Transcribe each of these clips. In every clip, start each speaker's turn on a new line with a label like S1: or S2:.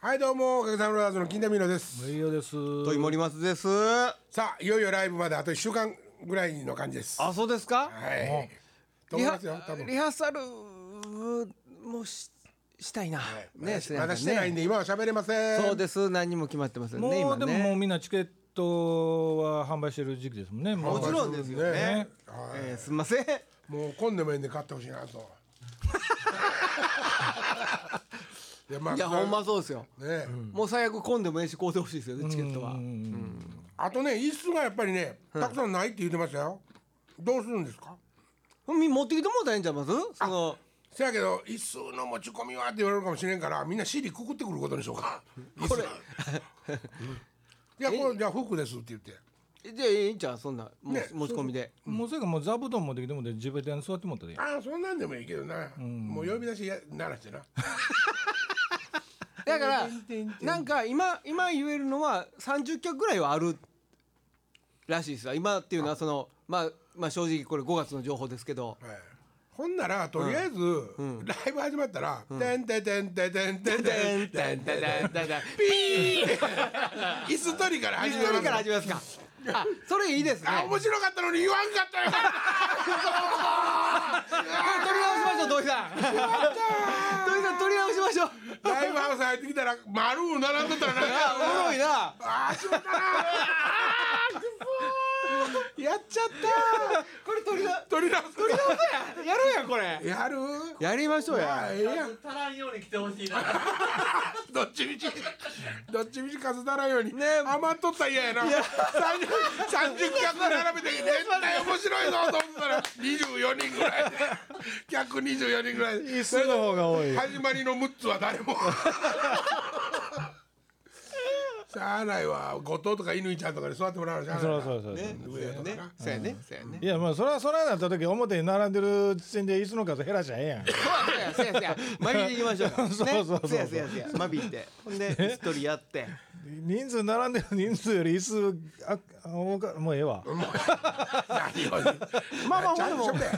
S1: はいどうもおかげさまブラザーズの金田美濃です
S2: 栄養です。
S3: とい森松です。
S1: さあいよいよライブまであと1週間ぐらいの感じですは
S3: あ、そうですか。
S1: いと思
S3: リ
S1: い
S3: ハ
S1: ますよ多分
S3: リハーサルもししたいな。ね、す
S1: まだしてないん
S3: ね。
S1: で今は喋れません
S3: そうです。何も決まってません
S2: もう、
S3: ね。今
S2: でももう
S3: ね。
S2: みんなチケットは販売してる時期ですもんね。も
S3: も
S2: う
S3: ちろんですよね。
S1: はい
S3: えーすみません。
S1: もう今度もいいんで買ってほしいな といやま
S3: いや、ほんまそうですよ。
S1: ね
S3: もう最悪混んでもええし、買うてほしいですよね。チケットは。
S1: あとね椅子がやっぱりねたくさんないって言ってましたよどうするんですか
S3: み、持ってきてもうたらいいんちゃいます。その。
S1: せやけど椅子の持ち込みはって言われるかもしれんからみんな尻くくってくることにしようか
S3: これ
S1: 椅子いやこれじゃあ服ですって言って
S3: じゃあ、いいんちゃう、そんな、も
S1: ね
S3: う持ち込みで。
S2: もうそれかもう座布団持ってきてもで地べたに座ってもらったでいい。
S1: ああそんなんでもいいけどなもう呼び出しやならしてな
S3: だから、なんか、今、今言えるのは、三十曲ぐらいはある。らしいですわ。今っていうのは、その、まあ、まあ、正直、これ五月の情報ですけど。
S1: はいほんならとりあえず、ライブ始まったら「てんてんてんてんてんてんてんてんてんてん」ピー椅子取りから始め
S3: 一
S1: ま
S3: 人か
S1: す
S3: ら始めますか。あ、それいいですね。
S1: あ
S3: 取
S1: 面白かったのに言わんかったよ
S3: り直しましょう、土井さん。土井さん、取り直しましょう。
S1: ライブハウス入ってきたら丸を並んでたらなん
S3: あ、おも
S1: か
S3: ろいな。
S1: ああしまったな
S3: やっちゃった。これ取りな、
S1: 取り直す取り直
S3: や、やろうや、これ。
S1: やる
S3: やりましょう
S1: あ
S3: や。
S1: あええやん
S4: 足らんように来てほしいな。
S1: どっちみちどっちみち数ならんように、
S3: ね
S1: 余っとったら嫌やな30 30客並べて絶対面白いぞと思ったら24人ぐらい客24人ぐらい
S2: 椅子の方が多い。
S1: 始まりの6つは誰もしゃあないわ後藤とか乾ちゃんとかで座ってもらうのしゃあない
S2: そ
S1: な
S2: うそうそう。
S3: ね、
S1: 上やとかな
S3: そうやね、そうやね。
S2: いやまあそれはそれはなった時表に並んでる時点で椅子の数減らしゃええ
S3: そうや、そうや、そうや。間引いていきましょうよ。ね
S2: そうそうそうそう
S3: そうや、そうや、そうや。間引いて。ほんで、一人やって。
S2: やん。人数並んでる人数より椅子ああ多かもうええわ。
S1: 何を
S3: まあまあ、
S1: ち
S3: ほ
S1: ゃ
S3: ん
S1: んと
S3: で
S1: し
S3: も
S1: ゃべれ。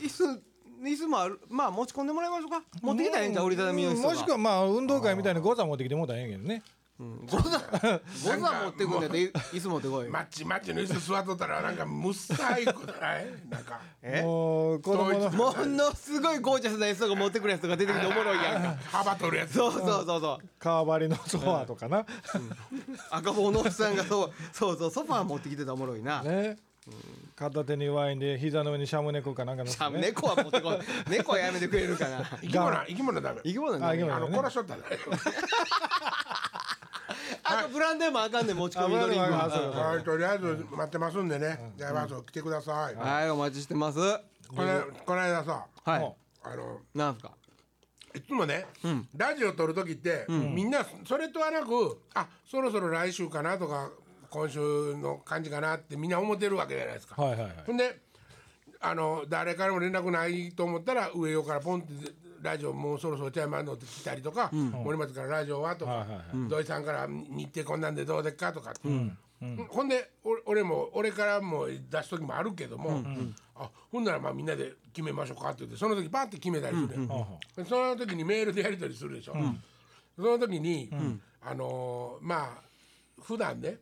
S3: 椅子、椅子もある、まあ、持ち込んでもらいましょうか。持ってきたらええんじゃう、折りたたみの椅子は。
S2: もしくはまあ運動会みたいにゴザ持ってきてもうたらええんやけどね。
S3: ゴザ、ゴザ持ってくんだったら、椅子持ってこいよ。
S1: マッチマッチの椅子座っとったらなんかむっさいことないなんか
S3: え
S2: もう子供の
S3: ものすごいゴージャスなやつとか持ってくるやつとか出てきておもろいやんか
S1: 幅取るやつ
S3: そうそうそうそう
S2: 川張りのソファーとかな。
S3: 赤坊のおっさんがそうそうそうソファー持ってきてたらおもろいな、
S2: ね。片手にワインで膝の上にシャム猫かなんかの
S3: シャム猫は持ってこい猫はやめてくれるかな
S1: 生き物生き物ダメ
S3: 生き物
S2: あ
S3: なん
S2: 生き
S3: だ
S2: 物
S3: ね
S1: あの
S2: ね
S1: 殺しとったら
S3: あとブランデーもあかんで持ち込みドリンク
S2: あブランデーもあかんそう
S3: は
S1: はいとりあえず待ってますんでねじゃあまず来てください
S3: はいお待ちしてますは
S1: これこの間さ
S3: い
S1: あの
S3: なんすか
S1: いつもね、ラジオ撮る時って、みんなそれとはなくあそろそろ来週かなとか今週の感じかなってみんな思ってるわけじゃないですか。
S2: はいはいはい。
S1: ほんであの誰からも連絡ないと思ったら上用からポンって「ラジオもうそろそろちゃいまんの?」って来たりとか「森松からラジオは?」とか、
S2: はいはいはい
S1: 土井さんから「日程こんなんでどうでっか?」とかって、ほんで俺俺も俺からも出す時もあるけども、あほんならまあみんなで決めましょうかって言ってその時パッて決めたりするのよ、でその時にメールでやり取りするでしょ、その時に、あのーまあ普段ね、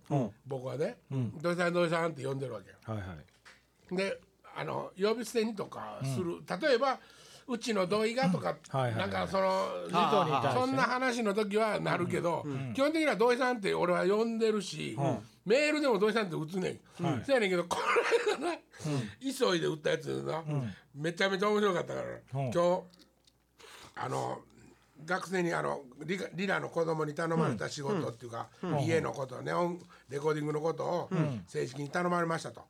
S1: 僕はね、土井さん土井さんって呼んでるわけよ。
S2: はいはい。
S1: であの呼び捨てにとかする、例えばうちの同意がとか、
S2: はいはいはい
S1: なんかその
S3: はあは
S1: そんな話の時はなるけど、基本的には土井さんって俺は呼んでるし、メールでも土井さんって打つねん、そうやねんけどこの間な、急いで打ったやつな、めちゃめちゃ面白かったから、今
S2: ん
S1: 日あの学生にあのリカリラの子供に頼まれた仕事っていうか、家のことね音レコーディングのことを正式に頼まれましたと、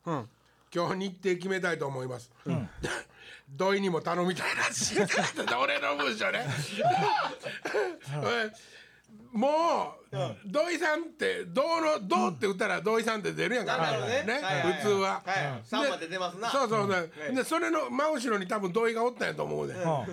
S1: 今日日程決めたいと思います、 土井にも頼みたいらしい俺の文章ね もう、土井さんって「どうのどう」って打ったら土井さんって出るやんか、
S3: なるほどねはいはいはい
S1: 普通は。
S3: はい3まで出ますな
S1: そうそうそう、でそれの真後ろに多分土井がおったんやと思うね、ほん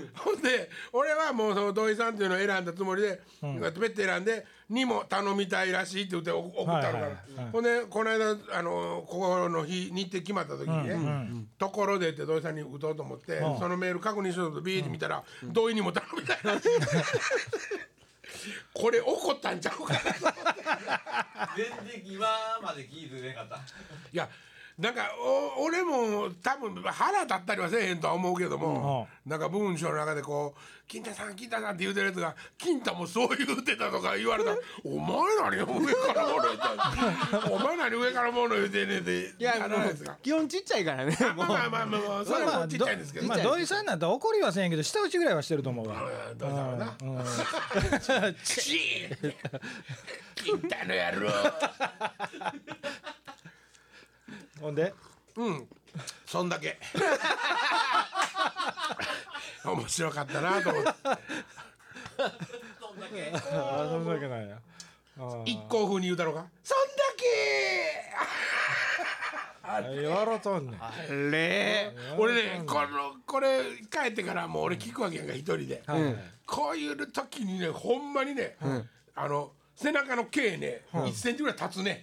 S1: で俺はもうその土井さんっていうのを選んだつもりで、こうやってペッて選んで「にも頼みたいらしい」って言ってお送ったのから、
S2: はいはいはい
S1: ほんでこの間あのここの日日程決まった時にね「ところで」って土井さんに打とうと思って、そのメール確認しようとビーって見たら、土井にも頼みたいらしい。これ怒ったんちゃうかなと
S4: 全然今まで聞いてなかった。
S1: いやなんかお俺も多分腹立ったりはせえへんとは思うけども、なんか文章の中でこう「金太さん金太さん」って言うてるやつが「金太もそう言うてた」とか言われたら「お前何上から物言ってんのお前何上から物言うてんねん」って
S3: いや
S1: な
S3: も
S1: らないです
S3: う
S1: か
S3: 基本ちっちゃいからねも
S1: ま
S3: う
S1: あまあまあまあまあそれはもうちっちゃいんですけど、
S2: まあ土井さんなんて怒りはせんけど下打ちぐらいはしてると思うわ
S1: どうだろうな。 チー金太の野郎
S2: ほんで
S1: うん、そんだけ。 面白かったなと思って。
S4: どんだけ。
S2: あそんだけなんやあ
S1: 一行風に言うだろうか。そんだ
S2: あやろとんねん
S1: け。あれ、俺ね、この、これ帰ってから、もう俺聞くわけやんか、一人で。
S2: はいはい
S1: こういう時にね、ほんまにね、あの、背中の毛ね、一センチぐらい立つね。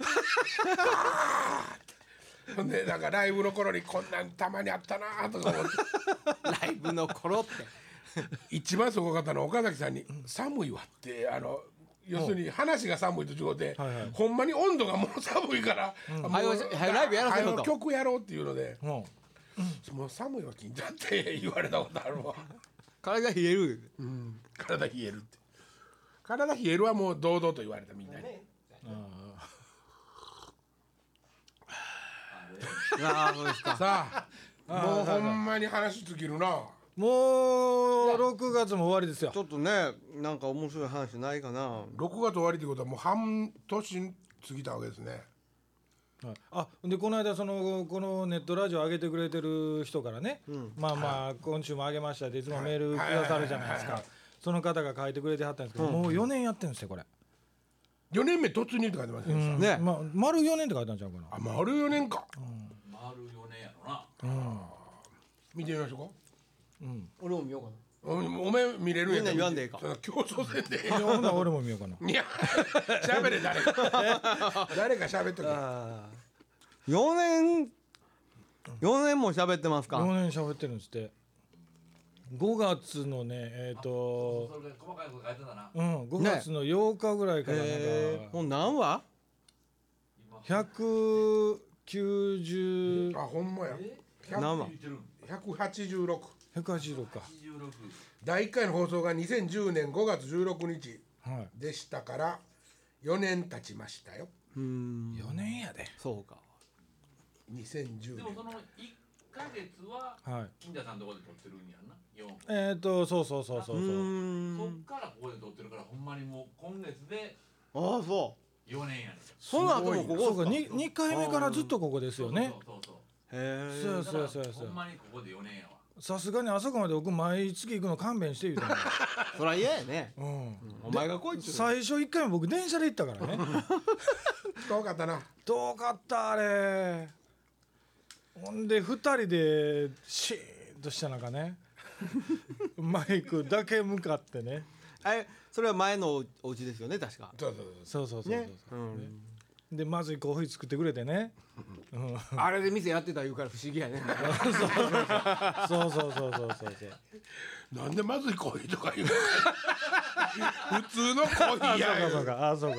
S1: ほんで、なんかライブの頃に、こんなんたまにあったなとか思って。
S3: ライブの頃って
S1: 一番すごかったのは岡崎さんに「寒いわ」ってあの要するに話が寒いと違うて、
S2: はいはい
S1: ほんまに温度がもう寒いから「もう
S3: 早う早うライブやらせろ
S1: 早
S3: と
S1: う曲やろうっていうので
S2: うん
S1: 「もう寒いわ金だ」って 言われたことあるわ、
S3: 体冷える
S1: うん、体冷えるって体冷えるはもう堂々と言われたみんなに
S3: ああそうですか
S1: さ あもうほんまに話尽きるな
S2: もう6月も終わりですよ
S3: ちょっとねなんか面白い話ないかな
S1: 6月終わりってことはもう半年過ぎたわけですね
S2: はいあでこの間そのこのネットラジオ上げてくれてる人からね、まあまあ今週も上げましたっていつもメールくださるじゃないですかその方が書いてくれてはったんですけど、もう4年やってるんですよこれ、
S1: 4年目突入って書いてますね、
S2: うん
S3: ね
S2: まあ、丸4年って書いたんちゃうかな
S1: あ丸4年か、
S4: 丸四年やろな。
S1: 見てみましょうか
S3: 俺も見ようか
S1: おお前見れるや
S3: みんな言わんでええか
S1: その競争戦でええ
S2: あほんなら俺も見ようかな
S1: いや喋れ誰か 誰か喋っとけ
S3: な4年4年も喋ってますか
S2: 4年喋ってるんですって5月のねえっ、
S4: そ
S2: と
S4: れ細かいこと書いてたな。
S2: うん5月の8日ぐらいからなんか、
S3: ええもう何話
S4: 今。
S2: 190
S1: あほんまや
S3: 何話
S4: 言ってるん。
S1: 186
S2: 186か
S4: 二十六。
S1: 第1回の放送が2010年5月16日
S2: はい
S1: でしたから4年経ちましたよ
S3: うん
S2: 4年やで
S3: そうか
S1: 2010年
S4: でもその一ヶ月は
S2: はい
S4: 金田さんのとこで撮ってるんやんな。四。
S2: えっ、とそうそうそうそう
S3: う
S2: そう、
S4: そっ
S3: ん
S4: からここで撮ってるからほんまにもう今月で
S3: ああそ
S4: 四年やねん。
S3: うその後もこ
S2: そ
S3: こ
S2: うか、
S3: です
S2: に二回目からずっとここですよね
S4: そ。うそうそう
S3: へえ
S2: そう
S4: そう。
S2: そうそう
S4: だか
S2: そ
S4: ら
S2: う
S4: ほん。まにここで四年やわ。
S2: さすがにあそこまで僕毎月行くの勘弁して言うたの
S3: そりゃ嫌やね
S2: うん。
S3: お前が来いっちゅうの
S2: 最初一回も僕電車で行ったからね。
S1: 遠かったな
S2: 遠かったあれ。ほんで二人でシーンとした中ね。 マイクだけ向かってね。
S3: えそれは前のお家ですよね確か
S1: そうそう
S2: そうそうそうそう。
S3: うん
S2: でまずいコーヒー作ってくれてね。うん。
S3: あれで店やってた言うから不思議やね
S2: そうそうそうそうそうそう。
S1: そうなんでまずいコーヒーとか言 う普通のコーヒー
S2: あそう
S1: や
S2: かそうか。あそうか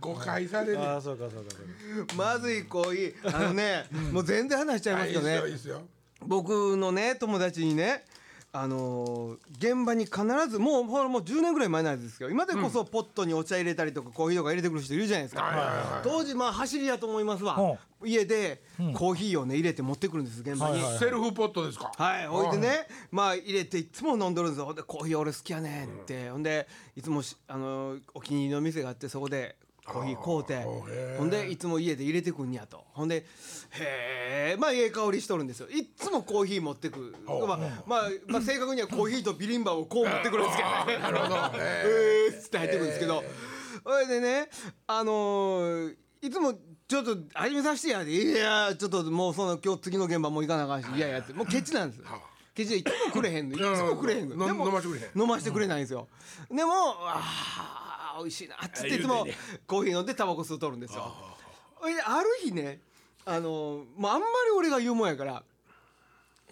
S1: 誤解され
S2: そう
S1: る
S2: か。あそうかそうかそうか。
S3: まずいコーヒーあのねもう全然話しちゃいま
S1: い
S3: す
S1: いで
S3: よ
S1: す
S3: ね
S1: よいいですよ
S3: 僕のね友達にねあのー現場に必ずもうほらもう10年ぐらい前なんですけど今でこそポットにお茶入れたりとかコーヒーとか入れてくる人いるじゃないですか、
S1: はいはいはい
S3: 当時まあ走りやと思いますわ、家でコーヒーをね入れて持ってくるんです現場に。
S2: はいはい
S1: セルフポットですか
S3: はい、ほいでね、まあ入れていつも飲んどるんですよ。ほんでコーヒー俺好きやねんって、ほんでいつもしあのお気に入りの店があってそこでコーヒー買う
S1: あ
S3: て
S1: ーおうへ、ー
S3: ほんでいつも家で入れてくんやと、ほんでへえ、まあええ香りしとるんですよ。いつもコーヒー持ってく、ま
S1: おう
S3: あまあまあ正確にはコーヒーとビリンバをこう持ってくるんですけどね。
S1: なるほど
S3: えーっつって入ってくるんですけど、それでねあのーいつもちょっと始めさせてやでいやちょっともうその今日次の現場もう行かなあかんしいやいやってもうケチなんですよケチでいつもくれへんのいつもくれへんの
S1: うん
S3: で
S1: 飲ましてくれへん
S3: 飲ましてくれないんですよ、でもあー美味しいなっつっていつもコーヒー飲んでタバコ吸うとるんですよほいである日ねあのーもうあんまり俺が言うもんやから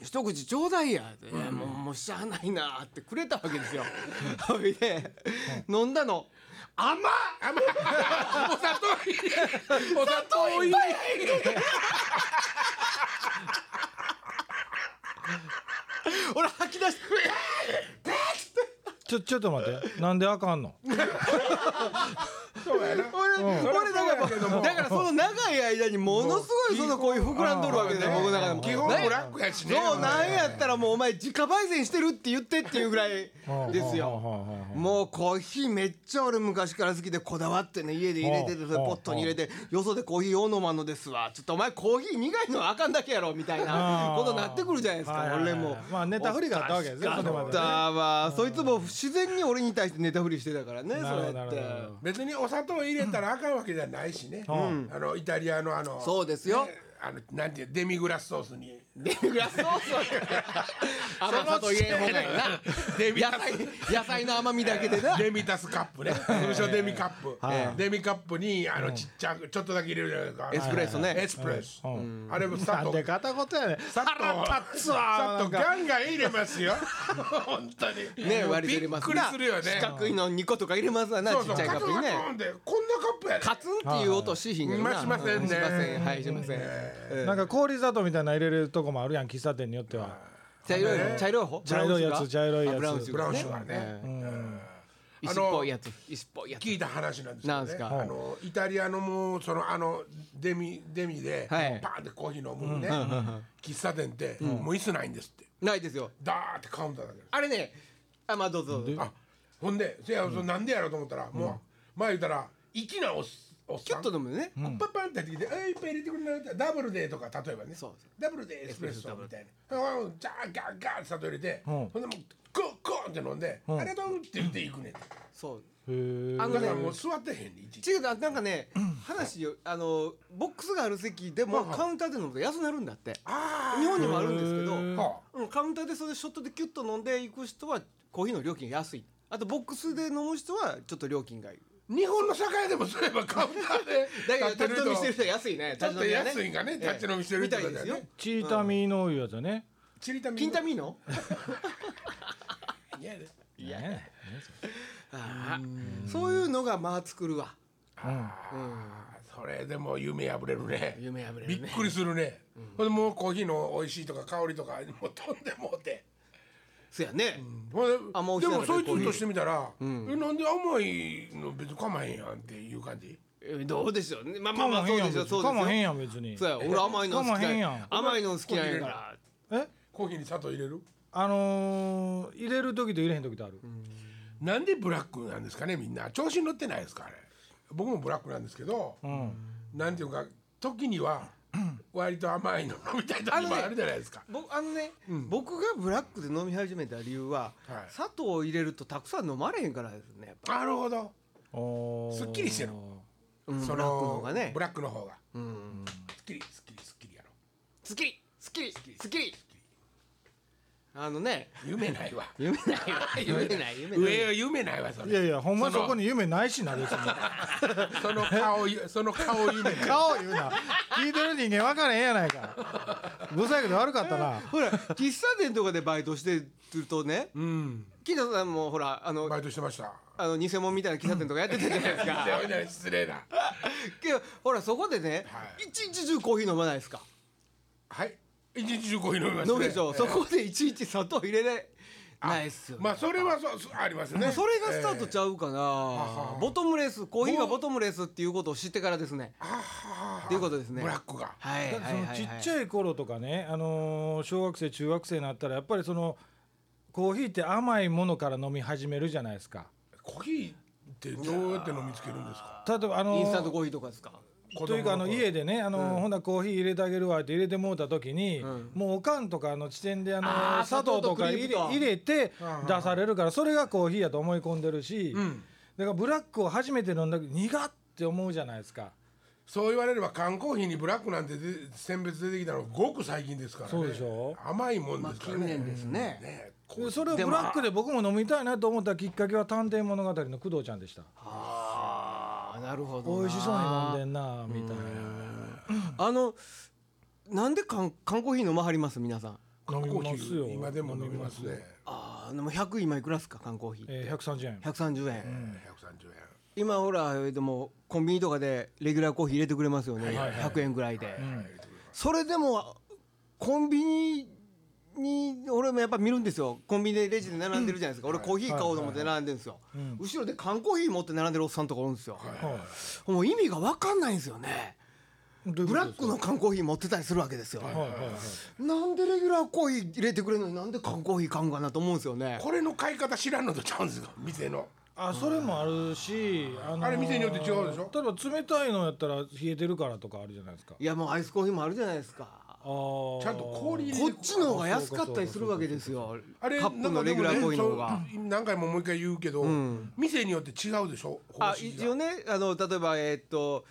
S3: 一口ちょうだいやって、いや もうもうしゃあないなってくれたわけですよ。それで飲んだの。
S1: 甘っ甘っ お砂糖入れお砂糖入れ
S3: 俺吐き出して
S2: ちょちょっと待ってなんであか んの
S1: そうやな
S3: 俺、俺だから
S1: そりゃそうやけども
S3: だからその長い間にものすごいそのこういう膨らんどるわけだよ
S2: もう
S3: 僕の中でも
S1: 基本ブラックやしね
S3: そうなんやったらもうお前自家焙煎してるって言ってっていうぐらいです
S2: はあはあは
S3: よ
S2: あはあ
S3: もうコーヒーめっちゃ俺昔から好きでこだわってね家で入れてて
S2: はあ
S3: それポットに入れてよそでコーヒーを飲まんのですわちょっとお前コーヒー苦いのはあかんだけやろみたいなことになってくるじゃないです
S2: はい
S3: か
S2: はいはい
S3: 俺も
S2: まあネタ振りがあったわけですね
S3: あ
S2: それま
S3: っ
S2: でね
S3: たわそいつも自然に俺に対してネタ振りしてたからね
S2: なるほど
S3: そうやっ
S2: なるほど
S3: て。
S1: 別にお砂糖入れたらあかんわけじゃないしね、
S2: ん
S1: あのイタリアのあの
S3: そうですよ
S1: ねあのなんていうデミグラスソースに
S3: デミグラス ソースは甘さと言えんほうがいいな野菜野菜の甘みだけでな
S1: デミタスカップ ね通称デミカップ、
S3: はい
S1: デミカップにあのちっちゃくちょっとだけ入れるじゃないですか
S3: エスプレッソね
S1: エスプレッソ、
S2: う
S1: あれも砂
S2: な
S1: 糖
S2: んで片言やねん
S1: 砂糖
S2: 腹立つわ
S1: 砂糖ガンガン入れますよ 本当に
S3: ね割り取ります
S1: びっくりするよね
S3: 四角いの2個とか入れますわなち
S1: そう
S3: っ
S1: そう
S3: ちゃいカ
S1: カ
S3: ッ
S1: ツ
S3: プに
S1: オが
S3: ね
S1: 飛んでこんなカップやで
S3: カツンっていう音しひんねんな
S1: しませんね
S3: しませんはいしませんうん
S2: なんか氷砂糖みたいなの入れるとこもあるやん喫茶店によっては
S3: 茶色いの茶色い方
S2: 茶色いやつ茶色いやつ
S3: ブラウンシュ
S1: ブラ
S3: ガ
S1: ウン
S3: ーね
S1: シュガーね、
S3: 石っぽいやつ石っぽいやつ
S1: 聞いた話なんですけど、ね、
S3: なんすか
S1: あのイタリアのもうそのあのデミデミで、
S3: はい
S1: パーンってコーヒー飲むのにね、喫茶店って、もう椅子ないんですって
S3: ないですよ
S1: ダーってカウンターだけです
S3: あれねあまあどうぞどうぞ
S1: あほんでせや、それなんでやろうと思ったら、もう前言ったら粋なおっおっ
S3: キュ
S1: さ
S3: ッ
S1: ん
S3: と飲むね
S1: パンパンってやってきて「えいっぱい入れてくれない?」ダブルで」とか例えばね
S3: そう
S1: ダブルでエスプレッソみたいなうんジャーガーガーって砂糖入れて、
S2: ん
S1: ほんでもうコンコンって飲んで「ありがとう」って言っていくねん
S3: そう
S2: へえ
S3: あの
S1: だ
S3: ね
S1: からもう座ってへんねんいちいち
S3: 違うななんかね話よあのボックスがある席でもカウンターで飲むと安なるんだって
S1: あ
S3: 日本にもあるんですけど、
S1: あ、は
S3: うん、カウンターでそれでショットでキュッと飲んでいく人はコーヒーの料金が安いあとボックスで飲む人はちょっと料金がいい
S1: あ、日本の酒屋でもそういえばカウンターで
S3: だけど立
S1: 立
S3: ち飲みしてる
S1: る
S3: 人は安いね
S1: ちょっと安いん
S3: が
S1: がね立ち飲みしてる
S3: みたい
S1: こ
S3: で
S1: と
S3: す
S1: だ
S3: よ
S1: ね
S2: チータミーのいうやつやね
S1: チリタミ
S3: 金タミーノ
S1: いやで
S2: いやね
S3: あーそういうのがまあ作るわ
S1: あーそれでもう夢破れるね
S3: 夢破れる
S1: び
S3: ね
S1: っくりするね、ほんでもうコーヒーの美味しいとか香りとかもう飛んでもうて
S3: そやね、
S1: ほんで
S3: あもう
S1: でも
S3: 美味しい
S1: そ
S3: 中
S1: い
S3: でコーヒー
S1: つとしてみたら、えなんで甘いの別に構へんやんっていう感じ
S3: えどうでしょうねまあま
S2: かも
S3: あまあ
S2: へん
S3: そう
S2: や
S3: で
S2: ん
S3: しょう
S2: 別
S3: そ
S2: にかも
S3: うでしょ
S2: へんやん別に
S3: そうや俺甘いの好き
S2: かもへんや
S3: や
S2: ん
S3: 甘いの好きなんやから
S2: え
S1: コーヒーに砂糖入れる
S2: あのー入れる時と入れへん時とある
S1: なんでブラックなんですかねみんな調子に乗ってないですかあれ僕もブラックなんですけど、なんていうか時には割と甘いの飲みたい時もあるじゃないですか、
S3: 僕あのね、僕がブラックで飲み始めた理由は、
S1: はい
S3: 砂糖を入れるとたくさん飲まれへんからですねやっぱ
S1: なるほど
S2: おー
S1: すっきりしてる
S3: うん
S1: その
S3: ブラックの方がね
S1: ブラックの方が
S3: うん
S1: すっきりすっきりすっきりやろ
S3: すっきりすっきりすっきりあのね
S1: 夢ないわ
S3: 夢ないわ夢ない 夢ない
S1: 上は夢ないわそ
S2: いや
S1: れ
S2: いやほんま
S1: その
S2: そこに夢ないしな別 に
S1: その顔ゆその顔夢ない
S2: 顔言うな聞いてる人間分からへんやないか不細工で悪かった な
S3: ほら喫茶店とかでバイトしてるとね
S1: うん
S3: 金田さんもほらあの
S1: バイトしてました
S3: あの偽物みたいな喫茶店とかやってたじゃないですか
S1: 失礼な
S3: けどほらそこでね、
S1: はい
S3: 一日中コーヒー飲まないですか
S1: はい一日中コーヒー飲みますね
S3: 飲むでし
S1: え
S3: ょ、
S1: ー
S3: そこでいちいち砂糖入れれないっすよ、ね
S1: まあそれはそうそうありますね
S3: それがスタートち
S1: ゃ
S3: ゃうかな、
S1: は
S3: ボトムレスコーヒーがボトムレスっていうことを知ってからですねっていうことですね
S1: ブラックが
S3: はいはい
S2: だって
S3: は
S2: そ
S3: い、
S2: の
S3: はい、
S2: ちっちゃい頃とかね、あのー小学生中学生になったらやっぱりそのコーヒーって甘いものから飲み始めるじゃないですか
S1: コーヒーってどうやって飲みつけるんですか
S2: 例えばあのー
S3: インスタントコーヒーとかですか
S2: というかあ
S1: 子供の
S2: の
S1: 頃
S2: 家でね、あのーほんならコーヒー入れてあげるわって入れてもうた時に、もうおかんとかの地点であのー
S3: あー
S2: 砂糖とか
S3: 砂糖
S2: 入
S3: とクリー
S2: れ
S3: ムと
S2: 入れて出されるからそれがコーヒーやと思い込んでるし、だからブラックを初めて飲んだ時苦って思うじゃないですか
S1: そう言われれば缶コーヒーにブラックなんてで選別出てきたのごく最近ですからね
S2: そうでしょ
S1: 甘いもんですから
S3: 近
S1: ね
S3: 年ですね、
S1: ねこ
S2: でそれをブラックで僕も飲みたいなと思ったきっかけは「探偵物語」の工藤ちゃんでした
S3: ああなるほどな
S2: 美味しそうに飲んでんなみたいな。
S3: あのなんで缶缶コーヒー飲まはります皆さん
S1: 缶コーヒー
S2: 飲みますよ
S1: 今でも飲みますね
S3: あああのもう100今いくらですか缶コーヒー
S2: えー、130円
S3: 130
S1: 130
S3: 円、
S1: 円
S3: 今ほらでもコンビニとかでレギュラーコーヒー入れてくれますよね、
S2: はいはい
S3: 100円ぐらいで、
S1: はい
S3: それでもコンビニに俺もやっぱ見るんですよコンビニでレジで並んでるじゃないですか、俺コーヒー買おうと思って並んでるんですよ、
S2: ん
S3: 後ろで缶コーヒー持って並んでるおっさんとかおるんですよ、
S2: はい
S3: もう意味が分かんないんですよね
S2: どういう
S3: ブ
S2: こと
S3: ラ
S2: で
S3: ッ
S2: す
S3: クの缶コーヒー持ってたりするわけですよ、
S2: かはいはいはい
S3: なんでレギュラーコーヒー入れてくれるのになんで缶コーヒー買うんかなと思うんですよね
S1: これの買い方知らんのとちゃうんですよ店の
S2: あそれもあるし、あのー
S1: あれ店によって違うでしょ
S2: 例えば冷たいのやったら冷えてるからとかあるじゃないですか
S3: いやもうアイスコーヒーもあるじゃないですか
S2: あー
S1: ちゃんと氷入れ
S3: こ
S1: て
S3: っちの方が安かったりするわけですよカ
S1: あれ
S3: ップのレギュラーコーヒーの方が
S1: なんか。でもねそう何回ももう一回言うけど、店によって違うでしょ
S3: あ
S1: 方式が
S3: 一応ねあの例えばえーっと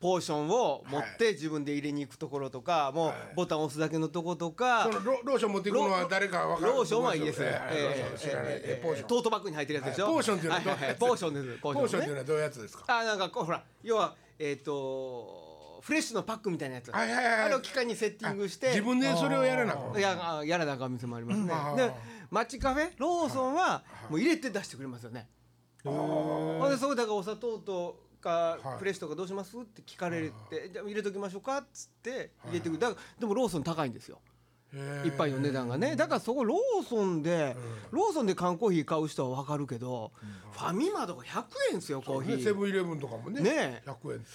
S3: ポーションを持って自分で入れに行くところとか、もうボタン押すだけのとことか、
S1: そのロローション持っていくのは誰か分からん
S3: ローションはいいですね、
S1: ええ
S3: え
S1: ローション
S3: え
S1: 知らない
S3: え
S1: え
S3: え
S1: ポーション
S3: トートバッグに入ってるやつでしょ、
S1: はいポーションっていうのはどう
S3: はいはいはいポーションですポ
S1: ポーションって
S3: ね
S1: いうのはどういうやつですか
S3: あなんかこうほら要はえーっとフレッシュのパックみたいなやつ、
S1: はいはいはい
S3: あれを機械にセッティングして
S1: 自分でそれをやらなあかん
S3: いやあやらなあかん店もありますね、
S1: うん
S3: でマッチカフェローソンはもう入れて出してくれますよね、ほんでそこだからお砂糖とか
S1: はい
S3: フレッシュとかどうしますって聞かれて、じゃあ入れときましょうかっつって入れてくるだからでもローソン高いんですよ
S1: へえ
S3: 一杯の値段がねだからそこローソンで、ローソンで缶コーヒー買う人は分かるけど、ファミマとか100円ですよコーヒ
S1: セ
S3: ー。
S1: ブンイレブンとかもね
S3: ねえ
S1: 100円
S3: で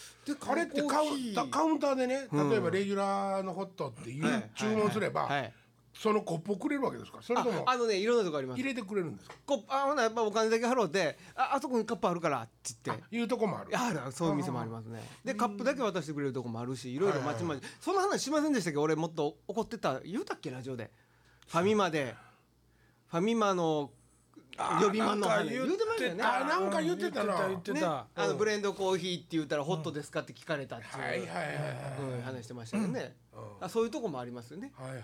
S1: あれってカウ
S3: 缶コーヒ
S1: ン
S3: ー
S1: ターカウンターでね例えばレギュラーのホットっていう
S3: はい
S1: 注文すれ
S3: は
S1: ば
S3: い
S1: そのコップをくれるわけですかそれ
S3: あ
S1: とも
S3: あのねいろんなとこあります
S1: 入れてくれるんですか
S3: こあほなやっぱお金だけ払うてああそこにカップあるからって言って
S1: いうとこもある
S3: あるそういう店もありますねでカップだけ渡してくれるとこもあるしいろいろまちまちその話しませんでしたけど俺もっと怒ってた言うたっけラジオでファミマでファミマの呼び間の話言うてましたよね
S1: あなんか言ってたな
S2: 言ってた言って
S3: ね
S2: た
S3: あのブレンドコーヒーって言ったらホットですかって聞かれたって
S1: はいはい
S3: いう
S1: はいはい
S3: うん話してましたよねあそういうとこもありますよね
S1: はいはい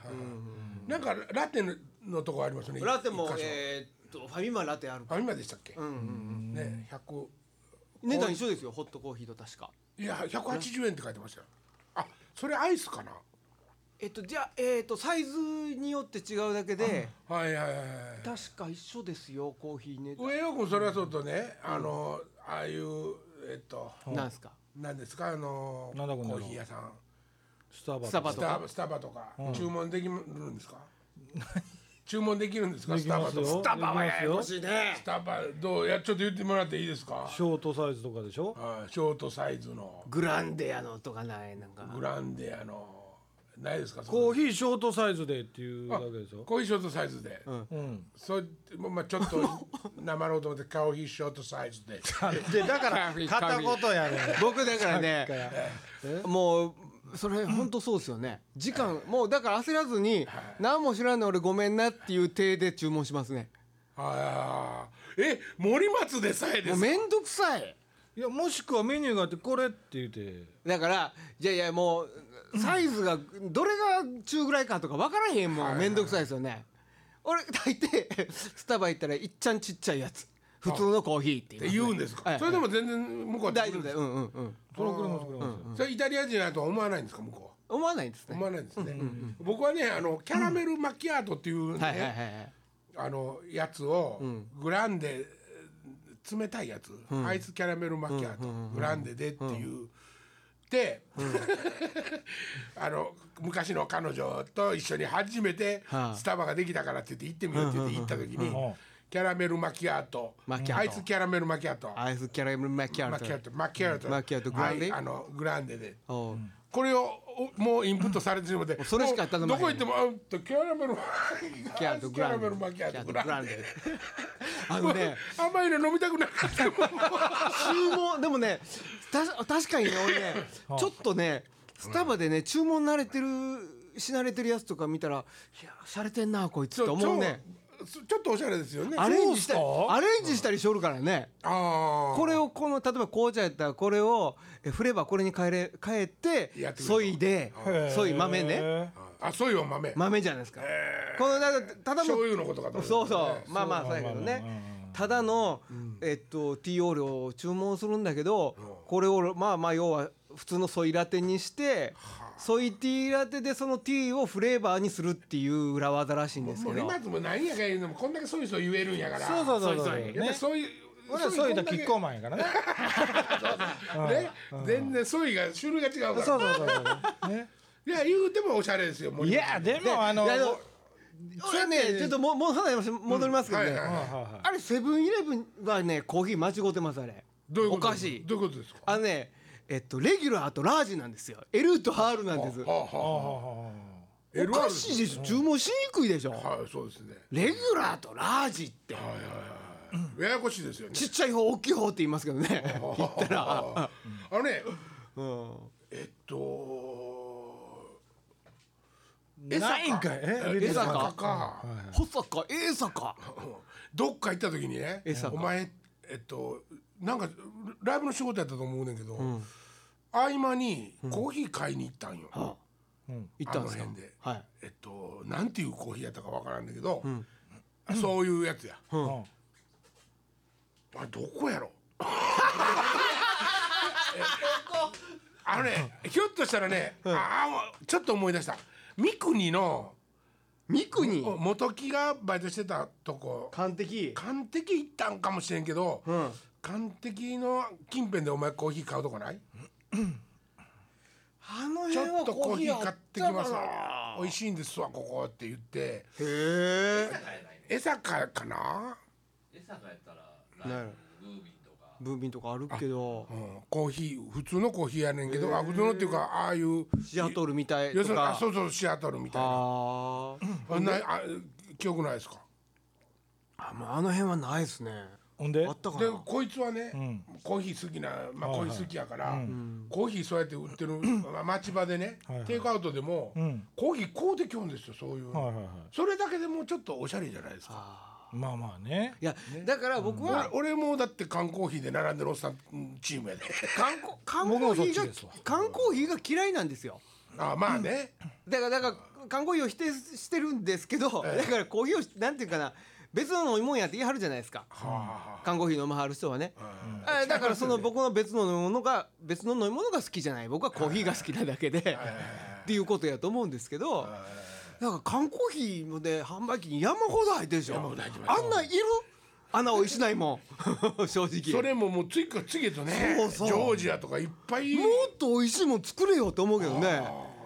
S1: なんかラテののとこありますね
S3: ラテも
S1: 一箇所
S3: えーっとファミマラテある
S1: あ今でしたっけ
S3: うんうんうん
S1: ね100
S3: 値段一緒ですよホットコーヒーと確か
S1: いや180円って書いてましたよあそれアイスかな
S3: えっとじゃあえっとサイズによって違うだけで
S1: はいはいはいはい
S3: 確か一緒ですよコーヒーね
S1: 上尾君それはそうとねあのああいうえっと
S3: なんですか
S1: なんですかあのコ
S2: なんだこんなの
S1: ーヒー屋さん
S2: スタバ
S3: スタバ
S1: ス
S3: と
S1: タ
S3: か
S1: バスタバとか注文できるんですか注文できるんですか
S2: で
S1: ス
S2: き
S1: タ
S2: ま
S1: バ
S2: す
S1: と
S2: よ
S1: かスタバはややこしい
S3: いね
S1: スタバどうやちょっと言ってもらっていいですか
S2: ショートサイズとかでしょ
S1: あショートサイズの
S3: グランデやのとかないなんか
S1: グランデアのないですか
S2: コー
S1: ヒ
S2: ヒーショートサイズでっていうだけでしょ
S1: コーヒーショートサイズで
S2: うん
S1: そうまあちょ っとなまろうと思ってコーヒーショートサイズで
S3: でだか
S2: 片言やね
S3: 僕だからねもうそれ本当そうですよね時間もうだから焦らずに何も知らんの俺ごめんなっていう体で注文しますね
S1: ああえ森松でさえで
S3: もう
S1: すか
S3: めんどくさい
S2: いやもしくはメニューがあってこれって言って
S3: だからいやいやもうサイズがどれが中ぐらいかとか分からへんもんめんどくさいですよね俺大抵スタバ行ったらいっちゃんちっちゃいやつ普通のコーヒーって
S1: って
S3: い
S1: 言
S3: う
S1: うんです
S3: は
S1: か
S3: い
S1: それでも全然向こうは
S3: 大
S1: 作
S3: 丈
S1: るん
S3: 夫
S1: です
S3: だよ
S1: か
S3: うんうんうん
S2: それはくれますくれますよ
S1: それイタリア人だとは思わないんですか向こうは
S3: 思わないですね
S1: 思わないですね、僕はねあのキャラメルマキアートっていうね、
S3: はいはいはいはい
S1: あのやつをグランデ冷たいやつ、アイスキャラメルマキアート、グランデでっていう、で、 あの昔の彼女と一緒に初めて
S3: はあ
S1: スタバができたからって言って行ってみようって言って行った時に、
S2: うん
S1: キャラメルマキアート
S3: マキアート
S1: アイスキャラメルマキアート
S3: アイスキャラメルマキャ
S1: マ
S3: ラ
S1: キ
S3: ト
S1: アートマキアート
S3: マキアートグランデ
S1: はいあのグランデで
S3: おう
S1: これをおもうインプットされてしまって、
S3: それしか頼ま
S1: ど
S3: へん
S1: こ行ってもあんとキャラメルマ
S3: キャラと
S1: キ
S3: グ
S1: ャ
S3: ラ
S1: ラ
S3: ンデ
S1: メルマキアートグランデ
S3: あのね
S1: 甘いの飲みたくなかったもん
S3: 注文でもねたし確かにね俺ねちょっとねスタバでね注文慣れてるし慣れてるやつとか見たらいや洒落てんなこいつって思うね
S1: そうちょっとおしゃれですよね
S3: アレンジしたり
S2: そうっすか
S3: アレンジしたりしょるからね
S1: ああ
S3: これをこの例えば紅茶やったらこれをえ振ればこれに変えれ変えて
S1: やってくれる
S3: そいでそい豆ね
S2: ね
S1: あそうよ豆
S3: 豆じゃないですかこのなんかただの
S1: 醤油のことかと思
S3: そう
S1: う
S3: そうまあまあそうやけどねただのえっとティーオールを注文するんだけどこれをまあまあ要は普通のソイラテにしてソイティーラテでそのティーをフレーバーにするっていう裏技らしいんです
S1: も
S3: け
S1: う
S3: ど
S1: 今でも何やか言うのもこんだけそういう人言えるんやから
S2: そうそうそうそう
S1: いやだからそういう
S2: 俺はそういった
S1: こん
S2: キ
S1: だけ
S2: ッコーマンやからね
S1: ね、全然ソイが種類が違う
S2: そう
S1: か
S2: そうそうそうね
S1: ら。いや、言うてもおしゃれですよ。森
S2: い
S1: 本
S2: やでもあの
S3: いやでも
S2: は
S3: それねちょっともうもう話戻りますけどね、
S1: はいはい
S2: いはい
S3: あれセブンイレブンはねコーヒー間違ってますあれ
S1: どういうこと
S3: おかしい
S1: どういうことですか。
S3: あのねえっとレギュラーとラージなんですよ L と R なんです
S1: はあはあ
S3: おかしいでしょ注文しにくいでしょ
S1: はい、そうですね。
S3: レギュラーとラージって
S1: ややこしいですよね。
S3: ちっちゃい方大きい方って言いますけどね 言ったら
S1: あのね、
S3: うん
S1: えっと。
S2: ないんかいえ
S1: 江
S3: 江
S1: 坂
S3: 坂
S1: か。
S3: 保坂 A 坂
S1: どっか行った時にね
S3: 江、坂
S1: お前、えっと、なんかライブの仕事やったと思うねんけど。合間にコーヒー買いに行ったんよ。
S3: あ行ったんです
S1: あ
S3: か
S1: の辺で
S3: はい
S1: えっと、なんていうコーヒーやったかわからんだけど、そういうやつや。
S2: うん
S1: あれどこやろえ あのねひょっとしたらね、ああちょっと思い出した三国の
S3: 三国
S1: 元木がバイトしてたとこ
S3: 完璧
S1: 完璧行ったんかもしれんけど、
S3: うん
S1: 完璧の近辺でお前コーヒー買うとこない
S3: あの辺
S1: ちょ
S3: は
S1: っとコ
S3: コ
S1: ー
S3: ー
S1: ヒ
S3: ヒ
S1: ー
S3: ー
S1: 買
S3: 買
S1: っ
S3: ってて
S1: きま
S3: きますす
S1: わ美味しいんですわここって言って
S3: へえ
S1: 江坂かな、
S4: 江坂やったら
S3: な
S4: ライ
S3: る
S4: ブムービン
S3: 文便
S4: とか
S3: とかあるけど
S1: うん、コーヒー普通のコーヒーやねんけど、あ普通のっていうかああいう
S3: シアトルみたい
S1: 要す
S3: と
S1: るにあ
S3: か
S1: そうそうシアトルみたいな
S3: あー
S1: あないあ記憶ないですか
S3: あもうあの辺はないですね
S2: ほんで
S3: あったか
S1: で
S3: な
S1: こいつはね、
S2: ん
S1: コーヒー好きな、まあ、コーヒー好きやから、コーヒーそうやって売って る、まあ、町場でね、
S2: はい
S1: テイクアウトでも、
S2: ん
S1: コーヒー買うてきょんですよそういう、
S2: はいはいはい
S1: それだけでもうちょっとおしゃれじゃないですか
S2: まあまあね
S3: いやだから僕
S1: 俺
S3: は
S1: 俺もだって缶コーヒーで並んでるおっさんうんチームやで
S3: 缶コ缶コ
S2: 僕もそ
S3: ー
S2: っ
S3: ヒ
S2: ち
S3: ーが
S2: ですわ
S3: 缶コーヒーが嫌いなんですよ
S1: あまあね、
S3: だからだから缶コーヒーを否定してるんですけどだからコーヒーをなんていうかな別の飲み物やって言い張るじゃないですか
S1: は
S3: 缶コーヒー飲まはる人はねあだからその僕の別の飲み物が別の飲み物が好きじゃない僕はコーヒーが好きなだけでっていうことやと思うんですけどなんか缶コーヒーもね販売機に山ほど入ってるでしょ
S1: ほど入ってま
S3: あんなんいる穴をいしないもん 正
S1: あ、そ
S3: 直
S1: れももう次から次へとね
S3: そうそう
S1: ジョージアとかいっぱい
S3: もっと美味しいもん作れよと思うけどね
S1: あ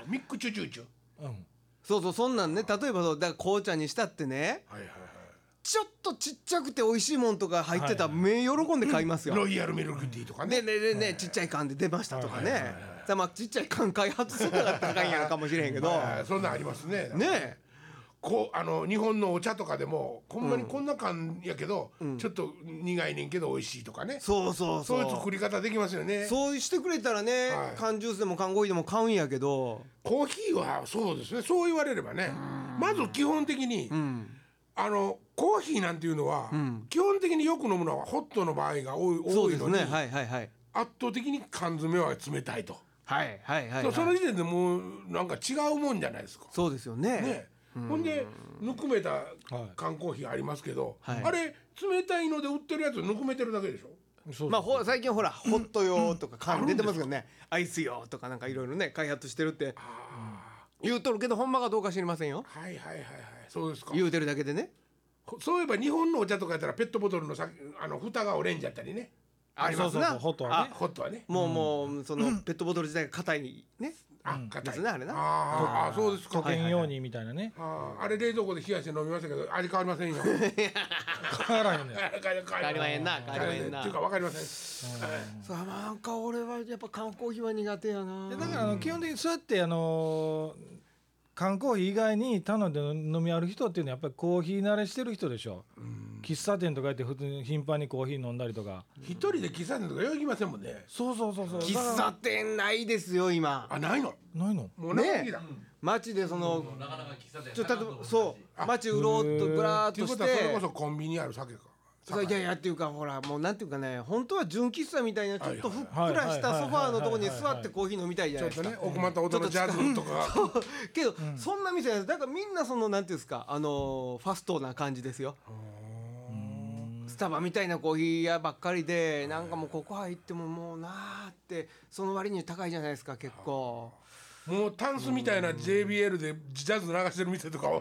S1: ーミックチュチュチュ
S2: うん
S3: そうそうそんなんね例えばそうだから紅茶にしたってね
S1: はいはいはい
S3: ちょっとちっちゃくて美味しいもんとか入ってたら目喜んで買いますよ。
S1: ロイヤルミルクティーとかね
S3: ねねねねちっちゃい缶で出ましたとかね。さあまあちっちゃい缶開発するから高いんやろかもしれ へんけど。
S1: あーそんなんありますね
S3: ね
S1: こうあの日本のお茶とかでもほんまにこんな感やけど、ちょっと苦いねんけど美味しいとかね、
S3: そうそう
S1: そ
S3: そうう。
S1: いう作り方できますよね
S3: そうしてくれたらね、
S1: はい
S3: 缶ジュースでも缶コーヒーでも買うんやけど。
S1: コーヒーはそうですねそう言われればねまず基本的に、あのコーヒーなんていうのは、基本的によく飲むのはホットの場合が多い
S3: そ
S1: 多
S3: う
S1: い
S3: です
S1: のに、
S3: ね。はいはいはい。
S1: 圧倒的に缶詰は冷たいと、
S3: はいはいはい、
S1: そ
S3: は
S1: の
S3: い。
S1: 時点でもうなんか違うもんじゃないですか。
S3: そうですよね。
S1: ねほんでぬくめた缶コーヒーありますけど、
S3: はい
S1: あれ冷たいので売ってるやつぬくめてるだけでしょ
S2: そう
S3: まあほ最近ほらホット用とか缶出てますけどね、アイス用とかなんかいろいろね開発してるって言うとるけどほんまかどうか知りませんよ
S1: はいはいはいはいそうですか
S3: 言うてるだけでね
S1: そういえば日本のお茶とかやったらペットボトルのさあの蓋がオレンジやったりね
S3: ありますな
S2: そうそうそうホットはね
S1: ホットはね
S3: もうもうそのペットボトル自体が硬いね
S1: あ硬い
S3: ですねあれな
S1: あーあーそうですか
S2: 保険用にみたいなね
S1: あーあれ冷蔵庫で冷やして飲みましたけど味変わりませんよ
S2: 変わらへんね
S1: 変わ
S3: 変わりまへんな変わりまへんな
S1: っていうかわかりません
S3: そうなんか俺はやっぱ缶コーヒーは苦手やな
S2: でだからあの基本的にそうやってあのー缶コーヒー以外に頼んで飲み歩く人っていうのはやっぱりコーヒー慣れしてる人でしょ喫茶店とか行って普通に頻繁にコーヒー飲んだりとか
S1: 一人で喫茶店とかよきませんもんね
S2: そうそうそうそうだから
S3: 喫茶店ないですよ今
S1: あないの
S2: ないの
S1: もうないんだ
S3: 街でその
S4: なかなか喫茶店
S3: ちょっと例えばそ
S1: あ
S3: う街うろうとぶらーっ
S1: ってい
S3: と
S1: うこ
S3: し
S1: とはそれ
S3: て
S1: こそコンビニにある酒か
S3: そういやいやっていうかほらもうなんていうかね本当は純喫茶みたいなちょっとふっ
S2: はいはい
S3: くらしたソファーのとこに座ってコーヒー飲みたいじゃ
S1: ち
S3: な
S1: ょっと
S3: いですか
S1: ね奥まった音のジャズとか
S3: けどそんな店はだからみんなそのなんていうんですかあのーファストな感じですよスタバみたいなコーヒー屋ばっかりでなんかもうここ入ってももうなーってその割に高いじゃないですか結構
S1: もうタンスみたいな JBL でジャズ流してる店とかを
S3: あ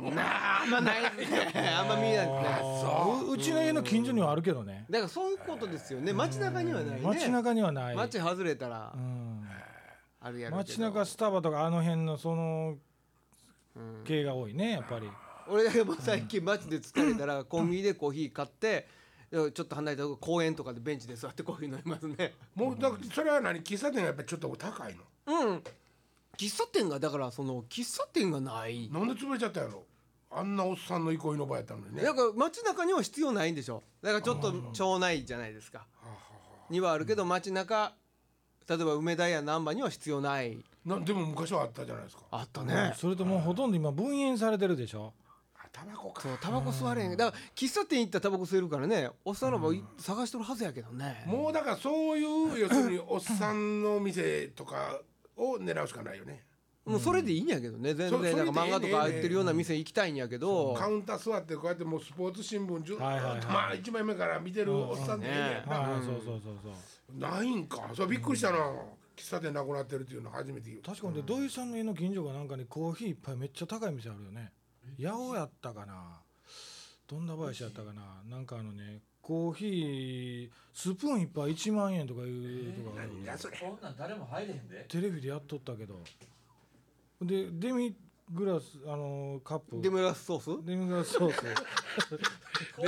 S3: んまないですね あんま見えないですね
S1: そう
S2: ううちの家の近所にはあるけどね
S3: だからそういうことですよね街中にはないね
S2: 街中にはない
S3: 街外れたら
S2: うん
S3: あるやろうけ
S2: 街
S3: ど
S2: 中スタバとかあの辺のその
S3: うん
S2: 系が多いねやっぱり
S3: 俺だけもう最近街で疲れたらコンビニでコーヒー買ってちょっと離れたとこ公園とかでベンチで座ってコーヒー飲みますね
S1: もうだからそれは何喫茶店がやっぱりちょっとお高い
S3: うん喫茶店がだからその喫茶店がない
S1: のなんで潰れちゃったんやろあんなおっさんの憩いの場やったのにね
S3: なんか街中には必要ないんでしょだからちょっと町内じゃないですかにはあるけど街中例えば梅田や難波には必要ない
S1: なでも昔はあったじゃないですか
S3: あったね
S2: それともうほとんど今分煙されてるでしょ
S1: あタバコか
S3: そうタバコ吸われへんだから喫茶店行ったらタバコ吸えるからねおっさんらも探しとるはずやけどね
S1: もうだからそういう要するにおっさんの店とかを狙うしかないよね
S3: もうそれでいいんやけどね全
S1: そそれで
S3: 然なんか
S1: ええ
S3: 漫
S1: ね
S3: 画とか入ってるような店行きたいんやけど
S1: カウンター座ってこうやってもうスポーツ新聞ずっと
S2: はいはいはい
S1: まあ一枚目から見てるおっさんでええねやな
S2: はいそうそうそうそう
S1: ないんかそれびっくりしたな喫茶店なくなってるっていうの初めて言う
S2: 確かにね土井さんの家の近所がなんかにコーヒーいっぱいめっちゃ高い店あるよね八百やったかなどんな林やったかななんかあのねコーヒースプーン一杯1万円とかいうとかある
S1: 何やそれ
S4: こんなん誰も入れへんで
S2: テレビでやっとったけどでデミグラスあのカップ
S3: デミグラスソース
S2: デミグラスソース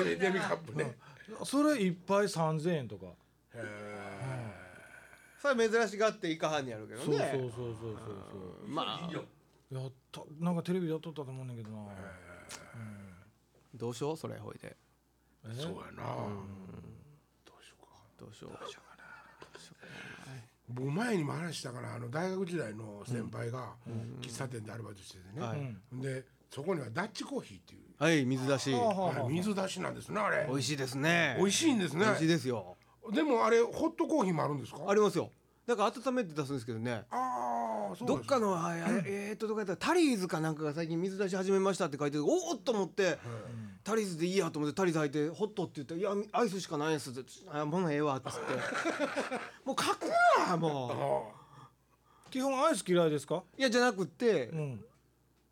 S1: デミデミカップね
S2: それ一杯3000円とか
S1: へえ
S3: それ珍しがっていかはんにやるけどね
S2: そうそうそうそうそうそう
S3: まあ
S4: いいよ
S2: やったなんかテレビでやっとったと思うねんだけどな
S3: どうしようそれほいで
S2: え
S1: そうやなどうしようか
S3: どうしよう
S1: 僕前にも話したからあの大学時代の先輩が喫茶店でアルバイトしてて
S3: は
S1: ね、でそこにはダッチコーヒーっていう
S3: はい水出し
S2: はあはあ
S1: あれ水出しなんですねあれ
S3: 美味しいですね
S1: 美味しいんですね
S3: 美味しいですよ
S1: でもあれホットコーヒーもあるんですか
S3: ありますよだから温めて出すんですけどね
S1: ああそう
S3: どっか
S1: の
S3: のあえーっとどこやったらタリーズかなんかが最近水出し始めましたって書いてておおっと思ってタリーズでいいやと思ってタリーズ履いてホットって言って「いやアイスしかないです」って「あもうええわ」っ つってもう書くなも
S2: 基本アイス嫌いですか
S3: ういやじゃなくって、
S2: うん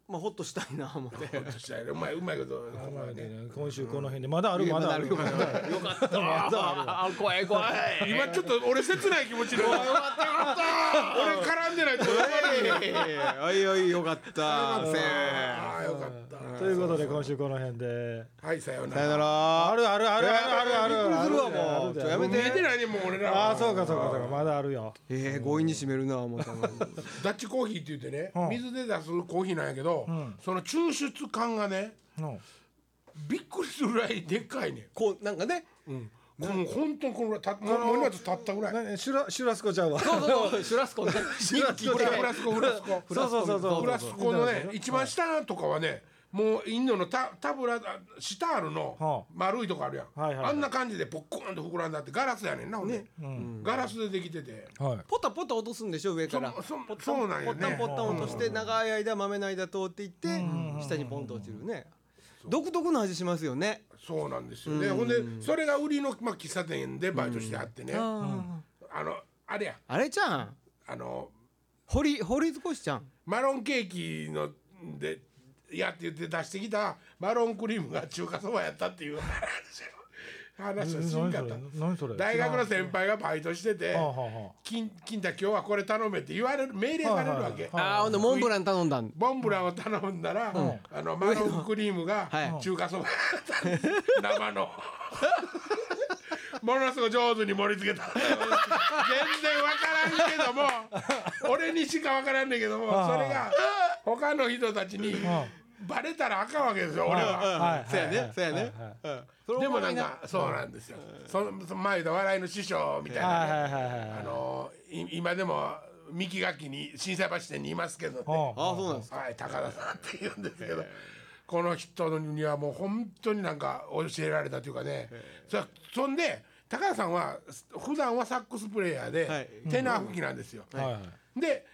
S3: まあホッとしたいな思って
S1: ホッとしたいねうまいうまいことここはね
S2: 今週この辺でまだあるまだある
S3: よかったよかったあー怖い怖い
S1: 今ちょっと俺切ない気持ちになる 俺絡んでないとやばいよ
S3: おいおいよかったせー
S1: ああよかっ
S2: ということで今週この辺で
S1: たはいさような
S3: さよな
S1: ら
S3: ら
S2: あるあるあるあるあるある
S3: びっくりするわもうちょやめ
S1: 見えて
S3: て
S1: ないねもう俺ら
S2: ああそうかそうかそうかまだあるよ
S3: えー強引に締めるな思ったのに
S1: ダッチコーヒーって言ってね
S2: うん
S1: 水で出すコーヒーなんやけどその抽出感がね
S2: の
S1: びっくりするぐらいでっかいね
S3: こうなんかね
S1: この本当にこのぐらいたもうもう荷物立ったぐらい
S2: なシュラシュラスコちゃうわ
S3: そうそうそうシュラスコね
S2: シュラスコ
S1: これフラスコフラスコ
S2: そうそうそうそう
S1: フラスコのね一番下とかはねもうインドのタタブラあシタールの
S2: は
S1: 丸いとこあるやん、
S2: はいはいはい
S1: あんな感じでポッコーンと膨らんだってガラスやねんなほんで、ガラスでできてて
S2: はい
S3: ポタポタ落とすんでしょ上から
S1: そそそうなん
S3: ポ
S1: よ
S3: ッタン
S1: ね
S3: ポッタン落として長い間豆の間通っていって下にポンと落ちるね独特の味しますよね
S1: そうなんですよねほんでそれが売りの、まあ、喫茶店でバイトしてあってね、
S3: あ
S1: あのあれや
S3: ーあれちゃん
S1: あの
S3: 堀堀越ちゃん
S1: マロンケーキのでやって言って出してきたマロンクリームが中華そばやったっていう 話を話をしん
S2: 何
S1: かっ
S2: それ
S1: た。
S2: 何それ
S1: 大学の先輩がバイトしてて
S2: はあはあはあ
S1: 「金金太今日はこれ頼め」って言われる命令されるわけ
S2: は
S3: あーほんでモンブラン頼んだん
S1: ボンブランを頼んだら、あのマロンクリームが
S3: はい
S1: 中華そばだったんです生のものすごい上手に盛り付けた全然わからんけども俺にしかわからんねんけどもそれが他の人たちにバレたらあかんわけですよ俺は。
S2: はい
S3: そうや
S2: はいは
S3: ね
S2: い
S3: そうやね
S2: はい
S3: うんそれ
S1: で
S3: おも
S1: も
S3: ろ
S1: ないんかそうなんですよ。そのその前の笑いの師匠みたいなね、
S2: はいはいはいはいはい
S1: あのい今でも三木垣に震災橋店にいますけどね、
S2: は
S3: ああそうなんです
S1: はい高田さんって言うんですけど、この人にはもう本当になんか教えられたというかね。そそんで高田さんは普段はサックスプレイヤーで、
S3: はい
S1: テナー吹きなんですよ。
S2: いはい
S1: で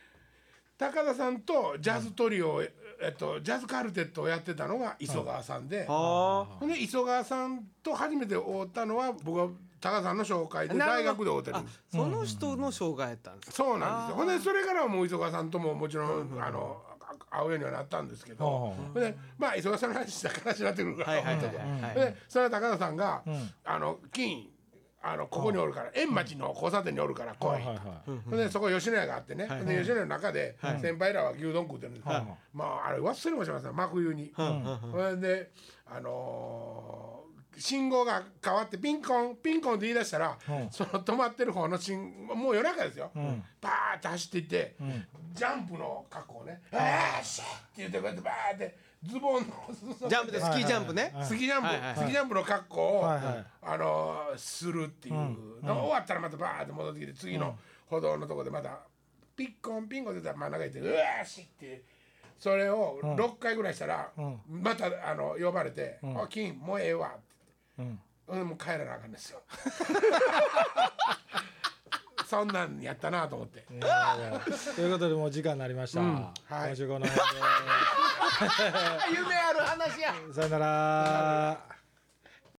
S1: 高田さんとジャズトリオを、えっと、ジャズカルテットをやってたのが磯川さんで、
S3: あ
S1: ほんで磯川さんと初めて会ったのは僕はタカさんの紹介で
S3: なるほど
S1: 大学で会うてるんです
S3: その人の生姜やったんです
S1: そうなんですよほんでそれからはもう磯川さんとももちろん、あの会うようにはなったんですけど、
S2: う
S1: ほ
S2: ん
S1: んでまあ磯川さんの話したから知らってくるから、
S3: はいはいはい
S1: 本当に
S3: はい
S1: ほんでその高田さんが、
S2: ん
S1: あの金あのここにおるから円町の交差点におるから来い、
S2: はいはいはい
S1: ほんでそこ吉野家があってね、
S3: はい
S1: ほんで吉野家の中で先輩らは牛丼食うてるんですよ、
S2: はい
S1: まああれ忘れもしません真冬に、
S3: うん
S1: ほんであのー信号が変わってピンコンピンコンって言い出したら、
S2: うん
S1: その止まってる方の信もう夜中ですよ、
S2: ん
S1: バーって走っていって、ジャンプの格好ね「あーし!」って言ってこうやってバーってズボンの
S3: ジャンプでスキージャンプね
S1: スキージャンプ、
S3: はいはい
S1: スキージャンプの格好を、
S2: はいはい
S1: あのーするっていうの、終わったらまたバーって戻ってきて次の歩道のとこでまたピッコンピンコンって言ったら真ん中行って「うわーし!」ってそれを6回ぐらいしたら、またあの呼ばれて「あ金もうええわ」って言って、うんもう帰らなあかん ですよ。そんなんやったなと思って。
S2: ということでもう時間になりました、
S1: はい
S2: 今週この辺
S3: 夢ある話や
S2: でさよなら